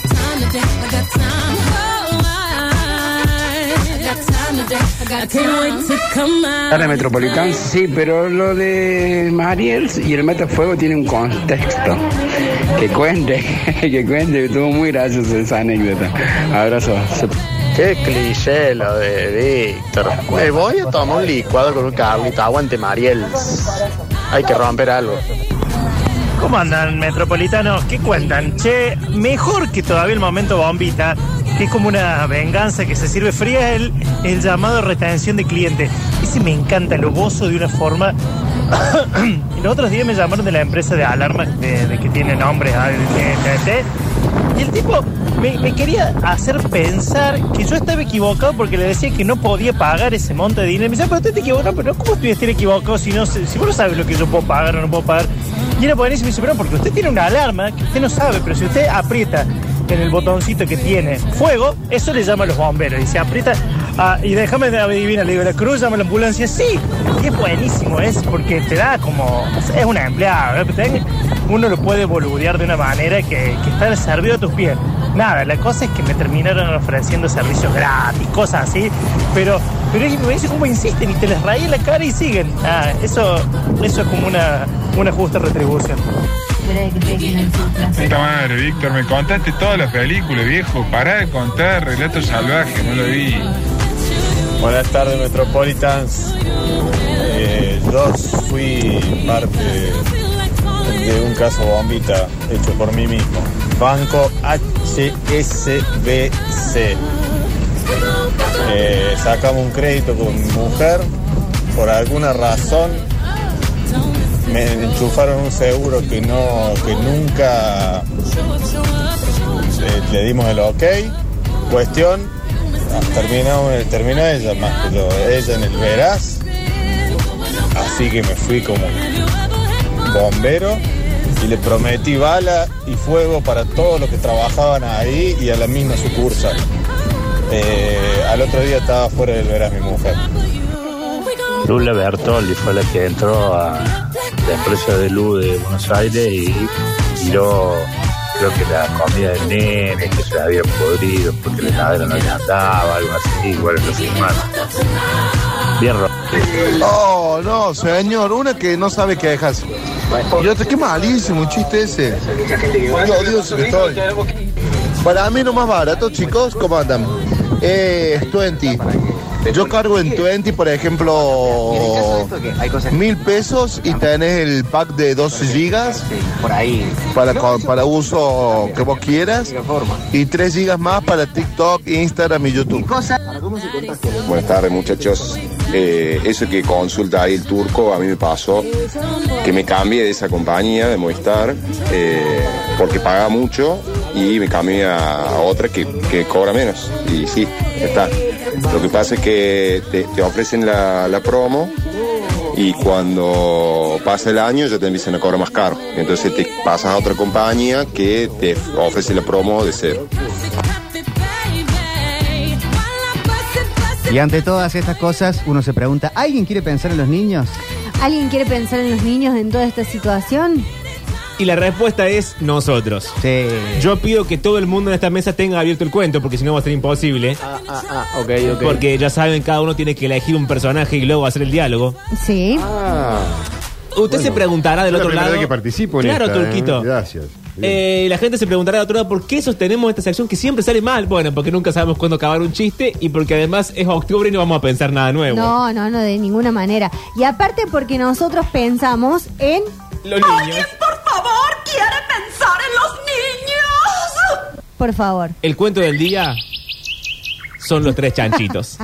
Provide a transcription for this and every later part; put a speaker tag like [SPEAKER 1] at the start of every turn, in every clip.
[SPEAKER 1] time today. I got time. Oh, I, I got time today. I got can't wait to come out.
[SPEAKER 2] Para Metropolitán, sí, pero lo de Mariel y el Metafuego tiene un contexto. Que cuente, que cuente, estuvo muy graciosa esa anécdota. Abrazo.
[SPEAKER 3] Qué cliché lo de Víctor. Me voy a tomar un licuado con un Carlito. Aguante, Mariel. Hay que romper algo.
[SPEAKER 4] ¿Cómo andan, metropolitanos? ¿Qué cuentan? Che, mejor que todavía el momento bombita, que es como una venganza que se sirve fría, el, el llamado retención de clientes. Ese me encanta, lo gozo de una forma. Los otros días me llamaron de la empresa de alarmas, de, de que tiene nombres, y el tipo me, me quería hacer pensar que yo estaba equivocado porque le decía que no podía pagar ese monto de dinero. Me decía, pero usted te equivocó, pero ¿cómo estuviera equivocado si, no, sé- si vos no sabes lo que yo puedo pagar o no puedo pagar? Y era buenísimo, y me dice, pero porque usted tiene una alarma que usted no sabe, pero si usted aprieta en el botoncito que tiene fuego, eso le llama a los bomberos. Y se aprieta, ah, y déjame de adivinar, le digo, la cruz llama a la ambulancia. Sí, y es buenísimo, es porque te da como, es una empleada, ¿verdad? Pero ten- uno lo puede boludear de una manera que, que está servido a tus pies. Nada, la cosa es que me terminaron ofreciendo servicios gratis, cosas así, pero, pero ellos me dicen cómo insisten y te les rayé la cara y siguen. Ah, eso, eso es como una, una justa retribución.
[SPEAKER 5] Puta madre, Víctor, me contaste todas las películas, viejo. Pará de contar Relatos Salvajes, no lo vi.
[SPEAKER 6] Buenas tardes, Metropolitans. Eh, yo fui parte de un caso bombita hecho por mí mismo. Banco HSBC. Eh, sacamos un crédito con mi mujer. Por alguna razón me enchufaron un seguro que no, que nunca eh, le dimos el ok. Cuestión, terminó, terminó ella más que yo, ella en el veraz. Así que me fui como bombero y le prometí bala y fuego para todos los que trabajaban ahí y a la misma sucursal. Eh, al otro día estaba fuera del veraz mi mujer.
[SPEAKER 7] Lula Bertolli fue la que entró a la empresa de luz de Buenos Aires y tiró, creo que la comida del nene, que se la habían podrido porque la heladera no le andaba, algo así, igual en los hermanos. Bien roto.
[SPEAKER 8] Oh, no, señor, una que no sabe qué dejas. Y otra, qué malísimo, un chiste ese. Qué odioso que estoy. Para mí lo más barato, chicos, ¿cómo andan? Eh, 20. Yo cargo en 20, por ejemplo, mil pesos y tenés el pack de 12 gigas
[SPEAKER 9] Por ahí.
[SPEAKER 8] para, co- para uso que vos quieras y 3 gigas más para TikTok, Instagram y YouTube.
[SPEAKER 10] Buenas tardes muchachos. Eh, eso que consulta ahí el turco, a mí me pasó que me cambié de esa compañía de Movistar eh, porque paga mucho y me cambié a otra que, que cobra menos. Y sí, ya está. Lo que pasa es que te, te ofrecen la, la promo y cuando pasa el año ya te empiezan a cobrar más caro. Entonces te pasas a otra compañía que te ofrece la promo de cero.
[SPEAKER 11] Y ante todas estas cosas, uno se pregunta, ¿alguien quiere pensar en los niños?
[SPEAKER 12] ¿Alguien quiere pensar en los niños en toda esta situación?
[SPEAKER 13] Y la respuesta es nosotros. Yo pido que todo el mundo en esta mesa tenga abierto el cuento, porque si no va a ser imposible.
[SPEAKER 9] Ah, ah, ok, ok.
[SPEAKER 13] Porque ya saben, cada uno tiene que elegir un personaje y luego hacer el diálogo.
[SPEAKER 12] Sí.
[SPEAKER 11] Ah.
[SPEAKER 13] Usted se preguntará del
[SPEAKER 14] Es la
[SPEAKER 13] otro
[SPEAKER 14] primera
[SPEAKER 13] lado.
[SPEAKER 14] vez que participo en
[SPEAKER 13] claro,
[SPEAKER 14] esta, ¿eh?
[SPEAKER 13] Turquito.
[SPEAKER 14] Gracias.
[SPEAKER 13] Eh, la gente se preguntará de otro lado por qué sostenemos esta sección que siempre sale mal. Bueno, porque nunca sabemos cuándo acabar un chiste y porque además es octubre y no vamos a pensar nada nuevo.
[SPEAKER 12] No, no, no, de ninguna manera. Y aparte porque nosotros pensamos en...
[SPEAKER 13] Los niños.
[SPEAKER 1] quiere pensar en los niños?
[SPEAKER 12] Por favor.
[SPEAKER 13] El cuento del día son los tres chanchitos.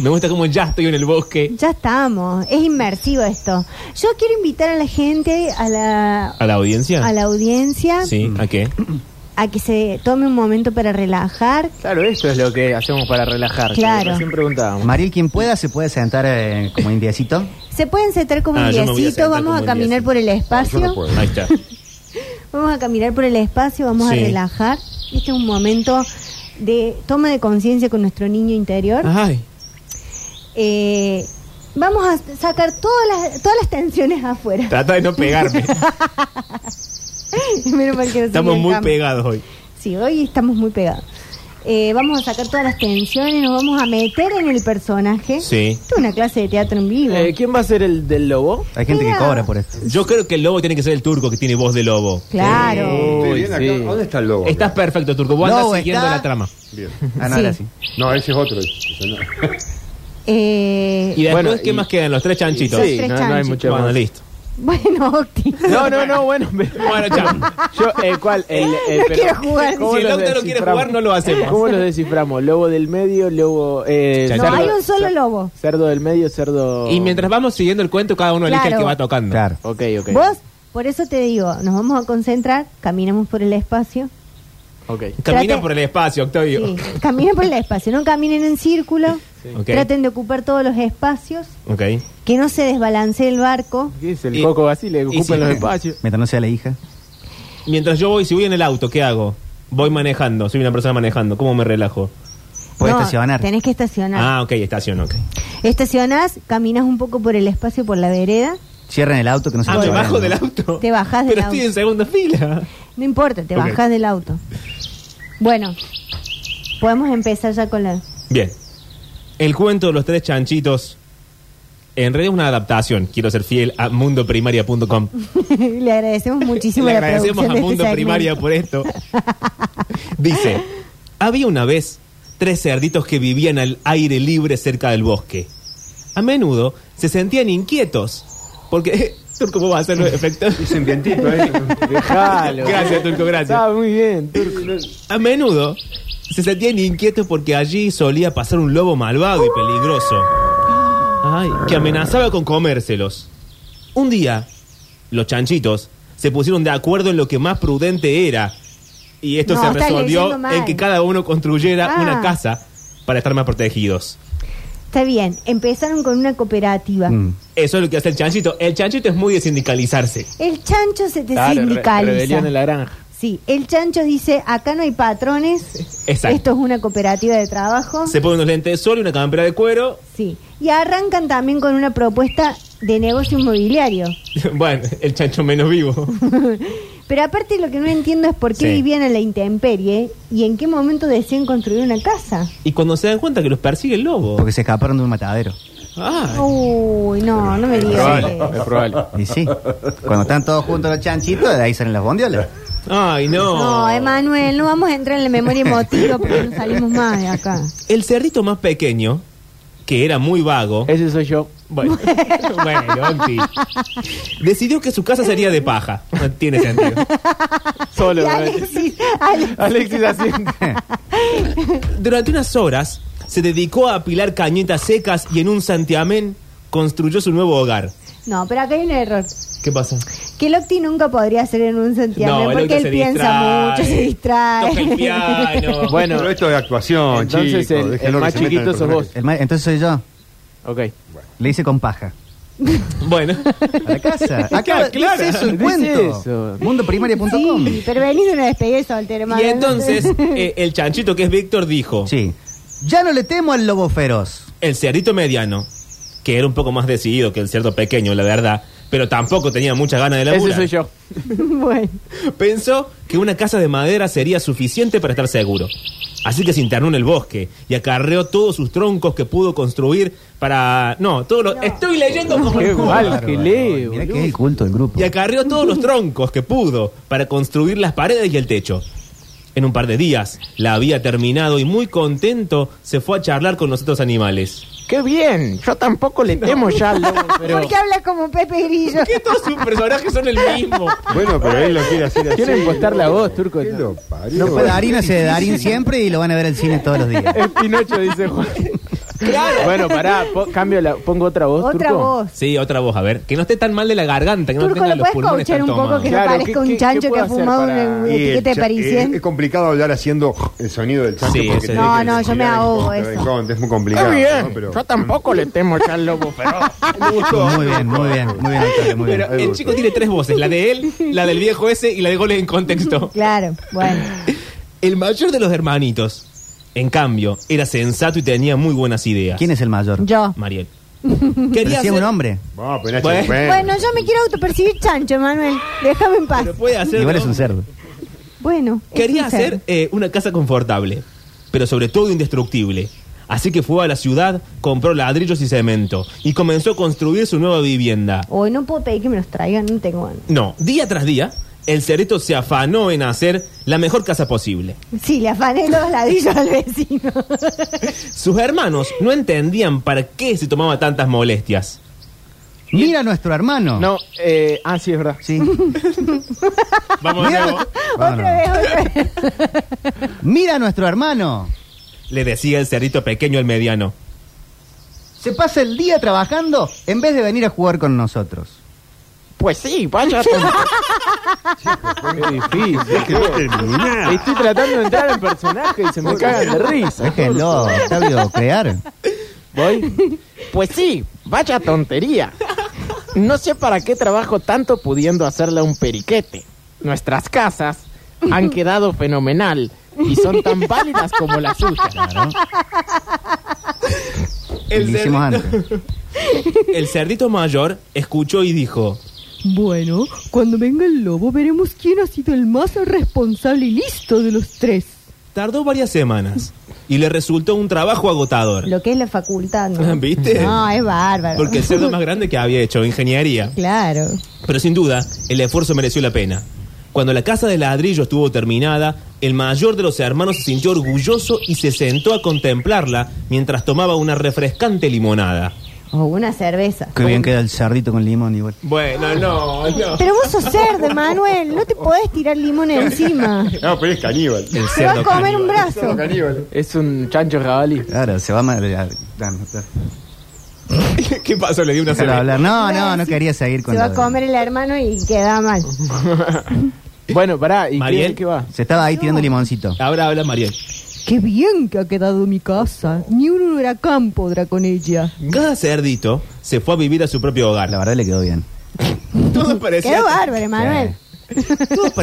[SPEAKER 13] Me gusta como ya estoy en el bosque.
[SPEAKER 12] Ya estamos, es inmersivo esto. Yo quiero invitar a la gente, a la,
[SPEAKER 13] ¿A la audiencia?
[SPEAKER 12] a la audiencia,
[SPEAKER 13] Sí, ¿a qué?
[SPEAKER 12] a que se tome un momento para relajar.
[SPEAKER 9] Claro, eso es lo que hacemos para relajar.
[SPEAKER 12] Claro.
[SPEAKER 9] Recién preguntábamos.
[SPEAKER 11] Mariel, quien pueda, se puede sentar eh, como indiecito.
[SPEAKER 12] Se pueden sentar como
[SPEAKER 11] Ah,
[SPEAKER 12] un
[SPEAKER 11] yo me voy a
[SPEAKER 12] diecito,
[SPEAKER 11] sentar
[SPEAKER 12] vamos
[SPEAKER 11] como
[SPEAKER 12] a
[SPEAKER 11] un
[SPEAKER 12] caminar
[SPEAKER 11] diecito.
[SPEAKER 12] por el espacio.
[SPEAKER 13] Ahí está.
[SPEAKER 12] Vamos a caminar por el espacio, vamos
[SPEAKER 13] Sí.
[SPEAKER 12] a relajar. Este es un momento de toma de conciencia con nuestro niño interior.
[SPEAKER 13] Ay.
[SPEAKER 12] Eh, vamos a sacar todas las, todas las tensiones afuera.
[SPEAKER 13] Trata de no pegarme.
[SPEAKER 12] Menos mal que no se
[SPEAKER 13] Estamos
[SPEAKER 12] me
[SPEAKER 13] muy
[SPEAKER 12] encama.
[SPEAKER 13] pegados hoy.
[SPEAKER 12] Sí, hoy estamos muy pegados. Eh, vamos a sacar todas las tensiones, nos vamos a meter en el personaje.
[SPEAKER 13] Sí.
[SPEAKER 12] Esto es una clase de teatro en vivo.
[SPEAKER 13] ¿Quién va a ser el del lobo?
[SPEAKER 11] Hay gente que
[SPEAKER 12] Mira.
[SPEAKER 11] cobra por esto.
[SPEAKER 13] Yo creo que el lobo tiene que ser el turco que tiene voz de lobo.
[SPEAKER 12] Claro.
[SPEAKER 13] Uy,
[SPEAKER 14] Bien, acá,
[SPEAKER 13] sí.
[SPEAKER 14] ¿Dónde está el lobo?
[SPEAKER 13] Estás perfecto, turco. Vos
[SPEAKER 11] Lobo
[SPEAKER 13] andas siguiendo
[SPEAKER 11] está-
[SPEAKER 13] la trama.
[SPEAKER 14] Bien.
[SPEAKER 11] Ah, no, Sí. era así.
[SPEAKER 14] No, ese es otro. ese no.
[SPEAKER 12] Eh,
[SPEAKER 13] Y después, ¿qué más quedan? Los tres chanchitos.
[SPEAKER 12] Sí, Los tres no- no hay chanchos. mucho
[SPEAKER 13] Bueno,
[SPEAKER 12] más.
[SPEAKER 13] listo.
[SPEAKER 12] Bueno, Octi.
[SPEAKER 9] No, no, no, bueno. bueno,
[SPEAKER 13] chao.
[SPEAKER 9] Yo, eh, ¿cuál? El, el-
[SPEAKER 12] No
[SPEAKER 9] pero-
[SPEAKER 12] quiero jugar.
[SPEAKER 9] ¿cómo
[SPEAKER 12] Si el
[SPEAKER 9] los
[SPEAKER 12] Octa no quiere
[SPEAKER 9] desciframos?
[SPEAKER 12] jugar, no lo hacemos.
[SPEAKER 9] ¿Cómo los desciframos? Lobo del medio, lobo. Eh,
[SPEAKER 12] No,
[SPEAKER 9] cerdo-
[SPEAKER 12] hay un solo lobo.
[SPEAKER 9] Cerdo del medio, cerdo.
[SPEAKER 13] Y mientras vamos siguiendo el cuento, cada uno elige el
[SPEAKER 12] Claro.
[SPEAKER 13] que va tocando.
[SPEAKER 11] Claro.
[SPEAKER 9] Ok, ok.
[SPEAKER 12] Vos, por eso te digo, nos vamos a concentrar, caminamos por el espacio.
[SPEAKER 13] Camina
[SPEAKER 12] Trate-
[SPEAKER 13] por el espacio, Octavio.
[SPEAKER 12] Sí, caminen por el espacio, no caminen en círculo.
[SPEAKER 13] Ok.
[SPEAKER 12] Traten de ocupar todos los espacios,
[SPEAKER 13] Ok.
[SPEAKER 12] que no se desbalancee el barco.
[SPEAKER 9] ¿Qué es el coco Basile?
[SPEAKER 13] y
[SPEAKER 9] Ocupan
[SPEAKER 13] si-
[SPEAKER 9] los espacios.
[SPEAKER 11] Mientras no sea la hija.
[SPEAKER 13] Mientras yo voy, si voy en el auto, ¿qué hago? Voy manejando, soy una persona manejando. ¿Cómo me relajo?
[SPEAKER 11] Puedes
[SPEAKER 12] No,
[SPEAKER 11] estacionar.
[SPEAKER 12] Tenés que estacionar.
[SPEAKER 13] Ah, ok, estación, ok.
[SPEAKER 12] Estacionás, caminas un poco por el espacio, por la vereda,
[SPEAKER 11] Cierran el auto que no se
[SPEAKER 13] Ah,
[SPEAKER 11] lo
[SPEAKER 13] me
[SPEAKER 11] vayan.
[SPEAKER 13] bajo del auto.
[SPEAKER 12] te bajás del
[SPEAKER 13] Pero
[SPEAKER 12] auto.
[SPEAKER 13] estoy en segunda fila.
[SPEAKER 12] No importa, te
[SPEAKER 13] Ok.
[SPEAKER 12] bajás del auto. Bueno, podemos empezar ya con la...
[SPEAKER 13] Bien. El cuento de los tres chanchitos. En realidad es una adaptación. Quiero ser fiel a mundoprimaria.com.
[SPEAKER 12] Le agradecemos muchísimo
[SPEAKER 13] Le
[SPEAKER 12] la
[SPEAKER 13] agradecemos a
[SPEAKER 12] producción de este
[SPEAKER 13] Mundo
[SPEAKER 12] segmento.
[SPEAKER 13] Primaria por esto. Dice, había una vez tres cerditos que vivían al aire libre cerca del bosque. A menudo se sentían inquietos porque... Turco, ¿cómo vas a hacerlo efecto?
[SPEAKER 14] Dicen vientito, ¿eh?
[SPEAKER 9] Dejalo.
[SPEAKER 13] Gracias, Turco, gracias.
[SPEAKER 9] Está muy bien, Turco.
[SPEAKER 13] A menudo se sentían inquietos porque allí solía pasar un lobo malvado y peligroso. Ay, que amenazaba con comérselos. Un día, los chanchitos se pusieron de acuerdo en lo que más prudente era. Y esto
[SPEAKER 12] No,
[SPEAKER 13] se
[SPEAKER 12] estás
[SPEAKER 13] resolvió
[SPEAKER 12] leyendo mal.
[SPEAKER 13] en que cada uno construyera
[SPEAKER 12] Ah.
[SPEAKER 13] una casa para estar más protegidos.
[SPEAKER 12] Está bien, empezaron con una cooperativa.
[SPEAKER 9] Mm.
[SPEAKER 13] Eso es lo que hace el chanchito. El chanchito es muy de sindicalizarse.
[SPEAKER 12] El chancho se te
[SPEAKER 9] Claro, re-
[SPEAKER 12] sindicaliza.
[SPEAKER 9] rebelión en la granja.
[SPEAKER 12] Sí, el chancho dice, acá no hay patrones,
[SPEAKER 13] Exacto.
[SPEAKER 12] esto es una cooperativa de trabajo.
[SPEAKER 13] Se pone unos lentes de sol y una campera de cuero.
[SPEAKER 12] Sí, y arrancan también con una propuesta de negocio inmobiliario.
[SPEAKER 13] bueno, el chancho menos vivo.
[SPEAKER 12] Pero aparte lo que no entiendo es por qué
[SPEAKER 13] Sí.
[SPEAKER 12] vivían a la intemperie y en qué momento decían construir una casa.
[SPEAKER 13] Y cuando se dan cuenta que los persigue el lobo.
[SPEAKER 11] Porque se escaparon de un matadero.
[SPEAKER 13] Ah,
[SPEAKER 12] Uy, no, no me digas. eso.
[SPEAKER 14] es probable.
[SPEAKER 11] Y sí. Cuando están todos juntos los chanchitos, de ahí salen las bondiolas.
[SPEAKER 13] Ay, no.
[SPEAKER 12] No, Emanuel, no vamos a entrar en la memoria emotiva porque no salimos más de acá.
[SPEAKER 13] El cerdito más pequeño, que era muy vago,
[SPEAKER 9] Ese soy yo.
[SPEAKER 13] bueno, bueno, Octi, decidió que su casa sería de paja. No tiene sentido.
[SPEAKER 9] Solo.
[SPEAKER 12] Y
[SPEAKER 9] ¿verdad?
[SPEAKER 12] Alexis, Alex-
[SPEAKER 9] Alexis haciendo.
[SPEAKER 13] Durante unas horas se dedicó a apilar cañetas secas y en un santiamén construyó su nuevo hogar.
[SPEAKER 12] No, pero acá hay un error.
[SPEAKER 13] ¿Qué pasa?
[SPEAKER 12] Que el Octi nunca podría ser en un Santiago
[SPEAKER 13] No, el
[SPEAKER 12] porque
[SPEAKER 13] Octi
[SPEAKER 12] él
[SPEAKER 13] se
[SPEAKER 12] piensa
[SPEAKER 13] distrae,
[SPEAKER 12] mucho, se distrae.
[SPEAKER 13] Toca el piano.
[SPEAKER 9] Bueno.
[SPEAKER 14] Pero esto es actuación,
[SPEAKER 9] Entonces
[SPEAKER 14] chicos,
[SPEAKER 9] el- el,
[SPEAKER 14] déjenlo que
[SPEAKER 9] más
[SPEAKER 14] se metan en
[SPEAKER 9] chiquito
[SPEAKER 14] el
[SPEAKER 9] sos vos.
[SPEAKER 11] El ma- Entonces soy yo.
[SPEAKER 9] Ok.
[SPEAKER 11] Le hice con paja.
[SPEAKER 13] Bueno,
[SPEAKER 11] A la casa. Acá
[SPEAKER 13] Claro, claro.
[SPEAKER 11] dice eso el
[SPEAKER 9] Dice
[SPEAKER 11] cuento.
[SPEAKER 9] eso.
[SPEAKER 11] Mundoprimaria.com.
[SPEAKER 12] Sí, pero venís de una despedida de soltero,
[SPEAKER 13] y
[SPEAKER 12] hermano,
[SPEAKER 13] entonces eh, el chanchito que es Víctor dijo,
[SPEAKER 11] Sí. Ya no le temo al lobo feroz.
[SPEAKER 13] el cerdito mediano, que era un poco más decidido que el cerdo pequeño, la verdad, pero tampoco tenía muchas ganas de
[SPEAKER 9] Ese
[SPEAKER 13] laburar.
[SPEAKER 9] soy yo.
[SPEAKER 12] bueno,
[SPEAKER 13] Pensó que una casa de madera sería suficiente para estar seguro. Así que se internó en el bosque y acarreó todos sus troncos que pudo construir para... No, todos los... Estoy leyendo como
[SPEAKER 9] Qué
[SPEAKER 13] el culo.
[SPEAKER 9] mal que leo.
[SPEAKER 11] Mira que
[SPEAKER 9] boludo.
[SPEAKER 11] es el culto del grupo.
[SPEAKER 13] Y acarreó todos los troncos que pudo para construir las paredes y el techo. En un par de días la había terminado y muy contento se fue a charlar con los otros animales.
[SPEAKER 9] Qué bien. Yo tampoco le temo ya al lobo, pero.
[SPEAKER 12] ¿por qué hablas como Pepe Grillo?
[SPEAKER 13] Que todos sus personajes son el mismo.
[SPEAKER 14] Bueno, pero él lo quiere hacer así.
[SPEAKER 9] Quieren impostar la voz, Turco.
[SPEAKER 14] ¿Qué lo parió?
[SPEAKER 11] No, Darín hace Darín siempre y lo van a ver al cine todos los días.
[SPEAKER 9] Es Pinocho, dice Juan. Bueno, pará, po- cambio la, pongo otra voz.
[SPEAKER 12] Otra
[SPEAKER 9] Turco.
[SPEAKER 12] voz.
[SPEAKER 13] Sí, otra voz, a ver. Que no esté tan mal de la garganta, que no
[SPEAKER 12] Turco,
[SPEAKER 13] tenga
[SPEAKER 12] ¿lo
[SPEAKER 13] los
[SPEAKER 12] puedes
[SPEAKER 13] pulmones
[SPEAKER 12] coachar
[SPEAKER 13] tan
[SPEAKER 12] un poco
[SPEAKER 13] tomados. eh,
[SPEAKER 12] que
[SPEAKER 9] Claro,
[SPEAKER 12] no parezca
[SPEAKER 9] ¿qué-
[SPEAKER 12] un
[SPEAKER 9] qué-
[SPEAKER 12] chancho
[SPEAKER 9] qué
[SPEAKER 12] que
[SPEAKER 9] puedo
[SPEAKER 12] ha
[SPEAKER 9] hacer
[SPEAKER 12] fumado
[SPEAKER 9] para-
[SPEAKER 12] una una
[SPEAKER 14] Y el
[SPEAKER 12] etiqueta de
[SPEAKER 14] cha- eh,
[SPEAKER 12] Parisien?
[SPEAKER 14] Es, es complicado hablar haciendo el sonido del chancho.
[SPEAKER 13] Sí,
[SPEAKER 14] porque
[SPEAKER 13] ese-
[SPEAKER 14] tenés
[SPEAKER 13] No,
[SPEAKER 14] que
[SPEAKER 12] no, yo me
[SPEAKER 14] respirar en
[SPEAKER 12] ahogo
[SPEAKER 14] contra
[SPEAKER 12] eso.
[SPEAKER 14] del contra, Es muy complicado.
[SPEAKER 9] Muy
[SPEAKER 14] ¿no?
[SPEAKER 9] bien.
[SPEAKER 14] Pero-
[SPEAKER 9] Yo tampoco le temo ya al lobo feroz.
[SPEAKER 11] Muy bien, muy bien, muy bien, Octavio, muy bien.
[SPEAKER 13] Pero el chico tiene tres voces, la de él, la del viejo ese y la de goles en contexto.
[SPEAKER 12] Claro, bueno.
[SPEAKER 13] El mayor de los hermanitos, en cambio, era sensato y tenía muy buenas ideas.
[SPEAKER 11] ¿Quién es el mayor?
[SPEAKER 12] Yo.
[SPEAKER 13] Mariel.
[SPEAKER 11] Pero
[SPEAKER 13] Quería
[SPEAKER 11] si es
[SPEAKER 13] hacer-
[SPEAKER 11] un hombre.
[SPEAKER 14] Bueno, pero Nacho,
[SPEAKER 13] Bueno.
[SPEAKER 14] bueno.
[SPEAKER 12] Bueno, yo me quiero autopercibir chancho, Manuel. Déjame en paz.
[SPEAKER 13] Pero puede hacer
[SPEAKER 11] Igual es
[SPEAKER 13] ¿no?
[SPEAKER 11] un cerdo.
[SPEAKER 12] Bueno. es
[SPEAKER 13] Quería
[SPEAKER 12] un ser.
[SPEAKER 13] hacer eh, una casa confortable, pero sobre todo indestructible. Así que fue a la ciudad, compró ladrillos y cemento y comenzó a construir su nueva vivienda.
[SPEAKER 12] Hoy no puedo pedir que me los traigan, no tengo ganas.
[SPEAKER 13] No, día tras día, el cereto se afanó en hacer la mejor casa posible.
[SPEAKER 12] Sí, le afané los ladrillos al vecino.
[SPEAKER 13] Sus hermanos no entendían para qué se tomaba tantas molestias.
[SPEAKER 11] Mira a nuestro hermano.
[SPEAKER 9] No, eh, ah, sí, es verdad.
[SPEAKER 11] Sí.
[SPEAKER 13] Vamos de nuevo.
[SPEAKER 12] Otra vez, otra vez.
[SPEAKER 11] Mira a nuestro hermano.
[SPEAKER 13] Le decía el cerrito pequeño al mediano.
[SPEAKER 11] Se pasa el día trabajando en vez de venir a jugar con nosotros.
[SPEAKER 9] Pues sí, vaya. Qué difícil. Estoy tratando de entrar en personaje y se me cagan de risa.
[SPEAKER 11] Déjenlo, sabio crear.
[SPEAKER 9] ¿Voy? Pues sí, vaya tontería. No sé para qué trabajo tanto pudiendo hacerle un periquete. Nuestras casas han quedado fenomenal y son tan válidas como las suyas.
[SPEAKER 11] Lo hicimos antes.
[SPEAKER 13] El cerdito mayor escuchó y dijo,
[SPEAKER 15] Bueno, cuando venga el lobo veremos quién ha sido el más responsable y listo de los tres.
[SPEAKER 13] tardó varias semanas y le resultó un trabajo agotador.
[SPEAKER 12] Lo que es la facultad, ¿no?
[SPEAKER 13] ¿Viste?
[SPEAKER 12] No, es bárbaro.
[SPEAKER 13] Porque el cerdo más grande que había hecho, ingeniería.
[SPEAKER 12] Claro.
[SPEAKER 13] Pero sin duda, el esfuerzo mereció la pena. Cuando la casa de ladrillo estuvo terminada, el mayor de los hermanos se sintió orgulloso y se sentó a contemplarla mientras tomaba una refrescante limonada.
[SPEAKER 12] O una cerveza.
[SPEAKER 11] Qué bien queda el cerdito con limón igual.
[SPEAKER 13] Bueno, no, no.
[SPEAKER 12] Pero vos sos cerdo, Manuel. No te podés tirar limón encima.
[SPEAKER 14] No, pero es caníbal.
[SPEAKER 13] El
[SPEAKER 12] Te va a comer un brazo.
[SPEAKER 9] Es un chancho jabalí.
[SPEAKER 11] Claro, se va a... mal- a- Dan, Dan.
[SPEAKER 13] ¿Qué pasó? Le di una
[SPEAKER 11] Déjalo hablar. No,
[SPEAKER 12] Iba a
[SPEAKER 11] no, no
[SPEAKER 12] decir,
[SPEAKER 11] quería seguir con
[SPEAKER 12] Se va a
[SPEAKER 11] lo de-
[SPEAKER 12] comer el hermano y queda mal.
[SPEAKER 9] Bueno, pará, ¿y
[SPEAKER 13] Mariel.
[SPEAKER 9] qué, qué va?
[SPEAKER 11] Se estaba ahí tirando limoncito.
[SPEAKER 13] Ahora habla Mariel.
[SPEAKER 15] Qué bien que ha quedado mi casa. Ni un huracán podrá con ella.
[SPEAKER 13] Cada cerdito se fue a vivir a su propio hogar.
[SPEAKER 11] La verdad le quedó bien.
[SPEAKER 13] Todo parecía,
[SPEAKER 12] Quedó bárbaro, Manuel.
[SPEAKER 13] todo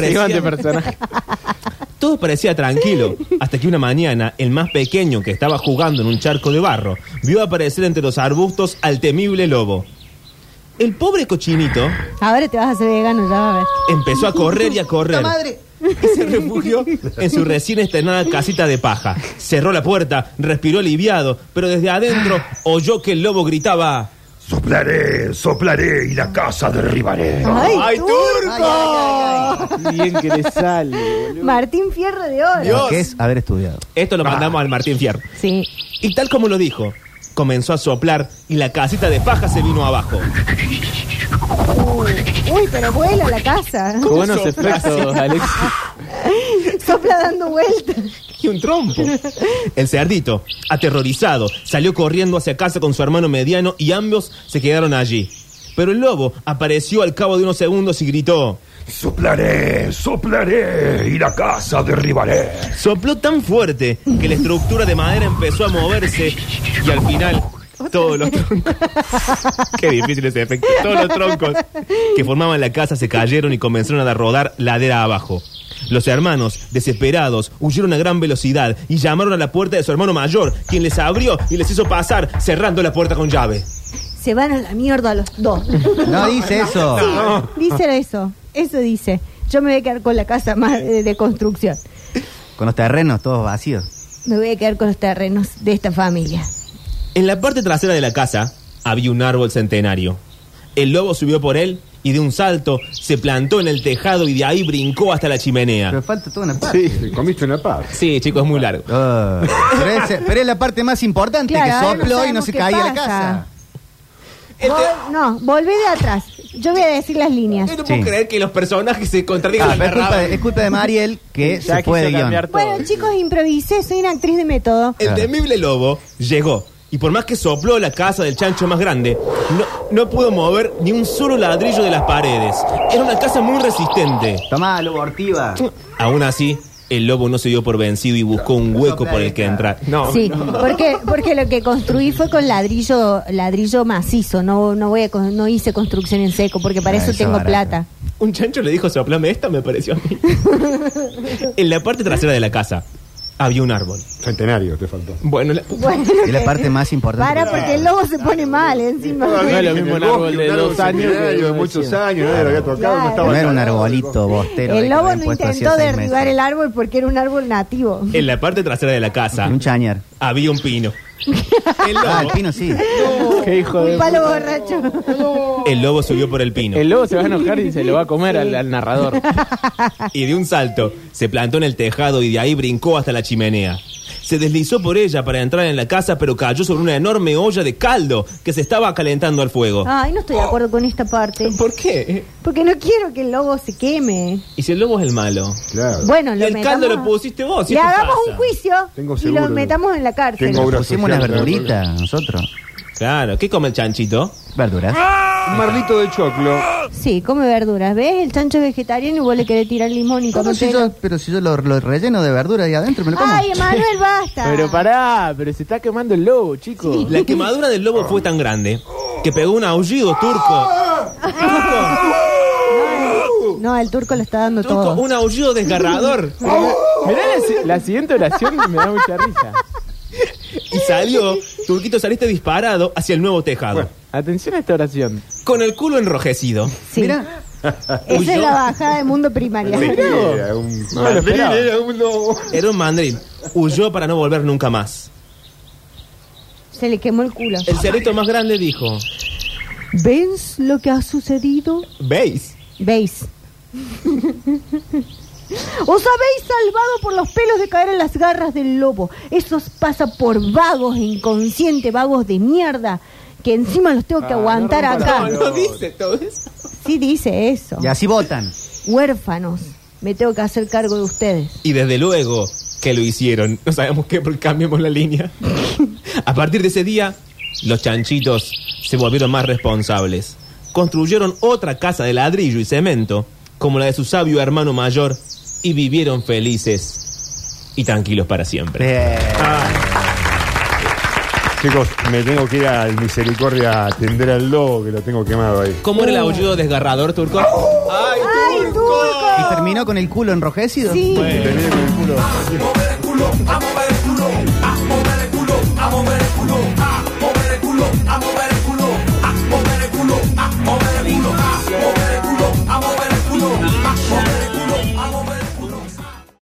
[SPEAKER 9] Se iban de
[SPEAKER 13] parecía,
[SPEAKER 9] personaje.
[SPEAKER 13] todo parecía tranquilo. Hasta que una mañana, el más pequeño que estaba jugando en un charco de barro, vio aparecer entre los arbustos al temible lobo. El pobre cochinito
[SPEAKER 12] Ahora te vas a hacer vegano, ya va a ver.
[SPEAKER 13] empezó a correr y a correr. Y se refugió en su recién estrenada casita de paja. Cerró la puerta, respiró aliviado, pero desde adentro oyó que el lobo gritaba.
[SPEAKER 16] Soplaré, soplaré y la casa derribaré.
[SPEAKER 12] ¡Ay, turco!
[SPEAKER 9] Bien que le sale. boludo.
[SPEAKER 12] Martín Fierro de Oro.
[SPEAKER 11] Lo que es haber estudiado.
[SPEAKER 13] Esto lo mandamos al Martín Fierro.
[SPEAKER 12] Sí.
[SPEAKER 13] Y tal como lo dijo, comenzó a soplar y la casita de paja se vino abajo.
[SPEAKER 12] Uy, pero vuela la casa.
[SPEAKER 9] Con buenos efectos, Alex.
[SPEAKER 12] Sopla dando vueltas.
[SPEAKER 13] Y un trompo. El cerdito, aterrorizado, salió corriendo hacia casa con su hermano mediano y ambos se quedaron allí. Pero el lobo apareció al cabo de unos segundos y gritó.
[SPEAKER 16] Soplaré,
[SPEAKER 14] Eh,
[SPEAKER 16] soplaré y la casa derribaré.
[SPEAKER 13] Sopló tan fuerte que la estructura de madera empezó a moverse y al final todos los troncos. Qué difícil ese efecto. Todos los troncos que formaban la casa se cayeron y comenzaron a rodar ladera abajo. Los hermanos, desesperados, huyeron a gran velocidad y llamaron a la puerta de su hermano mayor, quien les abrió y les hizo pasar, cerrando la puerta con llave.
[SPEAKER 12] Se van a la mierda los dos.
[SPEAKER 11] No dice eso.
[SPEAKER 12] Dice eso. Eso dice. Yo me voy a quedar con la casa más eh, de construcción.
[SPEAKER 11] Con los terrenos todos vacíos.
[SPEAKER 12] Me voy a quedar con los terrenos de esta familia.
[SPEAKER 13] En la parte trasera de la casa había un árbol centenario. El lobo subió por él y de un salto se plantó en el tejado y de ahí brincó hasta la chimenea.
[SPEAKER 11] Pero falta toda una parte.
[SPEAKER 14] Sí, comiste una paz.
[SPEAKER 13] Sí, chicos, es muy largo.
[SPEAKER 11] Ah, pero, ese- pero es la parte más importante,
[SPEAKER 12] Claro, ahora
[SPEAKER 11] que
[SPEAKER 12] no
[SPEAKER 11] sopló y no
[SPEAKER 12] sabemos
[SPEAKER 11] se
[SPEAKER 12] qué
[SPEAKER 11] caía la
[SPEAKER 12] pasa.
[SPEAKER 11] casa.
[SPEAKER 13] Este-
[SPEAKER 12] Vol- no, volvé de atrás. Yo voy a decir las líneas.
[SPEAKER 13] Yo no puedo
[SPEAKER 11] Sí.
[SPEAKER 13] creer que los personajes se contradigan.
[SPEAKER 11] Ah,
[SPEAKER 13] entre
[SPEAKER 11] pero es, culpa de,
[SPEAKER 13] rabas.
[SPEAKER 11] es culpa de Mariel que
[SPEAKER 9] Ya
[SPEAKER 11] se fue de
[SPEAKER 9] quiso
[SPEAKER 11] guión.
[SPEAKER 9] cambiar todo.
[SPEAKER 12] Bueno, chicos, improvisé. Soy una actriz de método.
[SPEAKER 13] El temible lobo llegó y por más que sopló la casa del chancho más grande, no, no pudo mover ni un solo ladrillo de las paredes. Era una casa muy resistente.
[SPEAKER 11] Tomá, lo abortiva.
[SPEAKER 13] Aún así, el lobo no se dio por vencido y buscó un hueco por el que entrar. No,
[SPEAKER 12] Sí, porque, porque lo que construí fue con ladrillo ladrillo macizo, no no voy a, con- no hice construcción en seco, porque para
[SPEAKER 11] Ah,
[SPEAKER 12] eso
[SPEAKER 11] eso
[SPEAKER 12] tengo
[SPEAKER 11] barato.
[SPEAKER 12] plata.
[SPEAKER 13] un chancho le dijo soplame esta, me pareció a mí. en la parte trasera de la casa había un árbol.
[SPEAKER 14] Centenario, te faltó.
[SPEAKER 13] Bueno, la,
[SPEAKER 12] Bueno,
[SPEAKER 11] Es la parte más importante.
[SPEAKER 12] Para, porque el lobo se pone mal encima.
[SPEAKER 14] No
[SPEAKER 13] es lo mismo un árbol de dos años. que
[SPEAKER 14] de
[SPEAKER 13] uno de
[SPEAKER 14] muchos
[SPEAKER 13] cien.
[SPEAKER 14] años, nadie lo había tocado, no estaba
[SPEAKER 11] No era un
[SPEAKER 14] nada.
[SPEAKER 11] arbolito bostero. de
[SPEAKER 12] El
[SPEAKER 11] que
[SPEAKER 12] lobo
[SPEAKER 11] habían
[SPEAKER 12] no
[SPEAKER 11] puesto hacía
[SPEAKER 12] intentó
[SPEAKER 11] seis meses.
[SPEAKER 12] derribar el árbol porque era un árbol nativo.
[SPEAKER 13] En la parte trasera de la casa
[SPEAKER 11] Un chañar.
[SPEAKER 13] había un pino.
[SPEAKER 11] Ah, el pino sí.
[SPEAKER 9] Qué hijo de
[SPEAKER 12] Un palo borracho.
[SPEAKER 13] El lobo subió por el pino
[SPEAKER 9] El lobo se va a enojar y se lo va a comer al, al narrador.
[SPEAKER 13] y de un salto se plantó en el tejado y de ahí brincó hasta la chimenea. Se deslizó por ella para entrar en la casa, pero cayó sobre una enorme olla de caldo que se estaba calentando al fuego.
[SPEAKER 12] Ay, no estoy de acuerdo con esta parte.
[SPEAKER 13] ¿Por qué?
[SPEAKER 12] Porque no quiero que el lobo se queme.
[SPEAKER 13] Y si el lobo es el malo.
[SPEAKER 12] Bueno, lo
[SPEAKER 13] el
[SPEAKER 12] metamos-
[SPEAKER 13] caldo lo pusiste vos. ¿y
[SPEAKER 12] Le
[SPEAKER 13] esto
[SPEAKER 12] hagamos
[SPEAKER 13] pasa?
[SPEAKER 12] un juicio
[SPEAKER 13] Tengo
[SPEAKER 12] y
[SPEAKER 13] seguro,
[SPEAKER 12] lo
[SPEAKER 13] ¿no?
[SPEAKER 12] metamos en la cárcel.
[SPEAKER 14] Tengo obra
[SPEAKER 11] Pusimos
[SPEAKER 14] social,
[SPEAKER 11] una
[SPEAKER 14] claro.
[SPEAKER 11] verdurita nosotros.
[SPEAKER 13] Claro, ¿qué come el chanchito?
[SPEAKER 11] Verduras.
[SPEAKER 12] Ah,
[SPEAKER 14] Un marlito de choclo.
[SPEAKER 12] Sí, come verduras. ¿Ves? El chancho es vegetariano y vos le querés tirar limón y
[SPEAKER 11] ¿Cómo si
[SPEAKER 12] conocer.
[SPEAKER 11] yo, pero si yo lo, lo relleno de verdura y adentro me lo como.
[SPEAKER 12] Ay, Emanuel, basta.
[SPEAKER 9] Pero pará, pero se está quemando el lobo, chicos.
[SPEAKER 13] La quemadura del lobo fue tan grande que pegó un aullido turco.
[SPEAKER 9] Ah,
[SPEAKER 12] No, el turco lo está dando
[SPEAKER 13] Turco,
[SPEAKER 12] todo.
[SPEAKER 13] un aullido desgarrador.
[SPEAKER 9] Mirá la, si- la siguiente oración y me da mucha risa.
[SPEAKER 13] Y salió, Turquito, saliste disparado hacia el nuevo tejado.
[SPEAKER 9] atención a esta oración.
[SPEAKER 13] Con el culo enrojecido.
[SPEAKER 12] Sí. Mira. Esa es la bajada del mundo primaria.
[SPEAKER 14] Era un
[SPEAKER 13] No lo esperaba.
[SPEAKER 14] era un lobo.
[SPEAKER 13] Era un mandril. Huyó para no volver nunca más.
[SPEAKER 12] Se le quemó el culo.
[SPEAKER 13] El cerrito más grande dijo:
[SPEAKER 15] ¿Ves lo que ha sucedido?
[SPEAKER 13] ¿Veis?
[SPEAKER 12] ¿Veis? Os habéis salvado por los pelos de caer en las garras del lobo. Eso os pasa por vagos, inconscientes, vagos de mierda. Que encima los tengo que aguantar acá.
[SPEAKER 13] dice todo eso.
[SPEAKER 12] Sí dice eso.
[SPEAKER 11] Y así votan.
[SPEAKER 12] Huérfanos. Me tengo que hacer cargo de ustedes.
[SPEAKER 13] Y desde luego que lo hicieron. No sabemos qué, porque cambiamos la línea. A partir de ese día, los chanchitos se volvieron más responsables. Construyeron otra casa de ladrillo y cemento, como la de su sabio hermano mayor, y vivieron felices y tranquilos para siempre.
[SPEAKER 11] Eh,
[SPEAKER 14] Chicos, me tengo que ir al Misericordia a atender al lobo que lo tengo quemado ahí.
[SPEAKER 13] ¿Cómo era el aullido desgarrador, Turco? ¡Ay,
[SPEAKER 12] ¡Ay, turco!
[SPEAKER 11] Y terminó con el culo enrojecido.
[SPEAKER 12] Sí.
[SPEAKER 14] Terminé con el culo.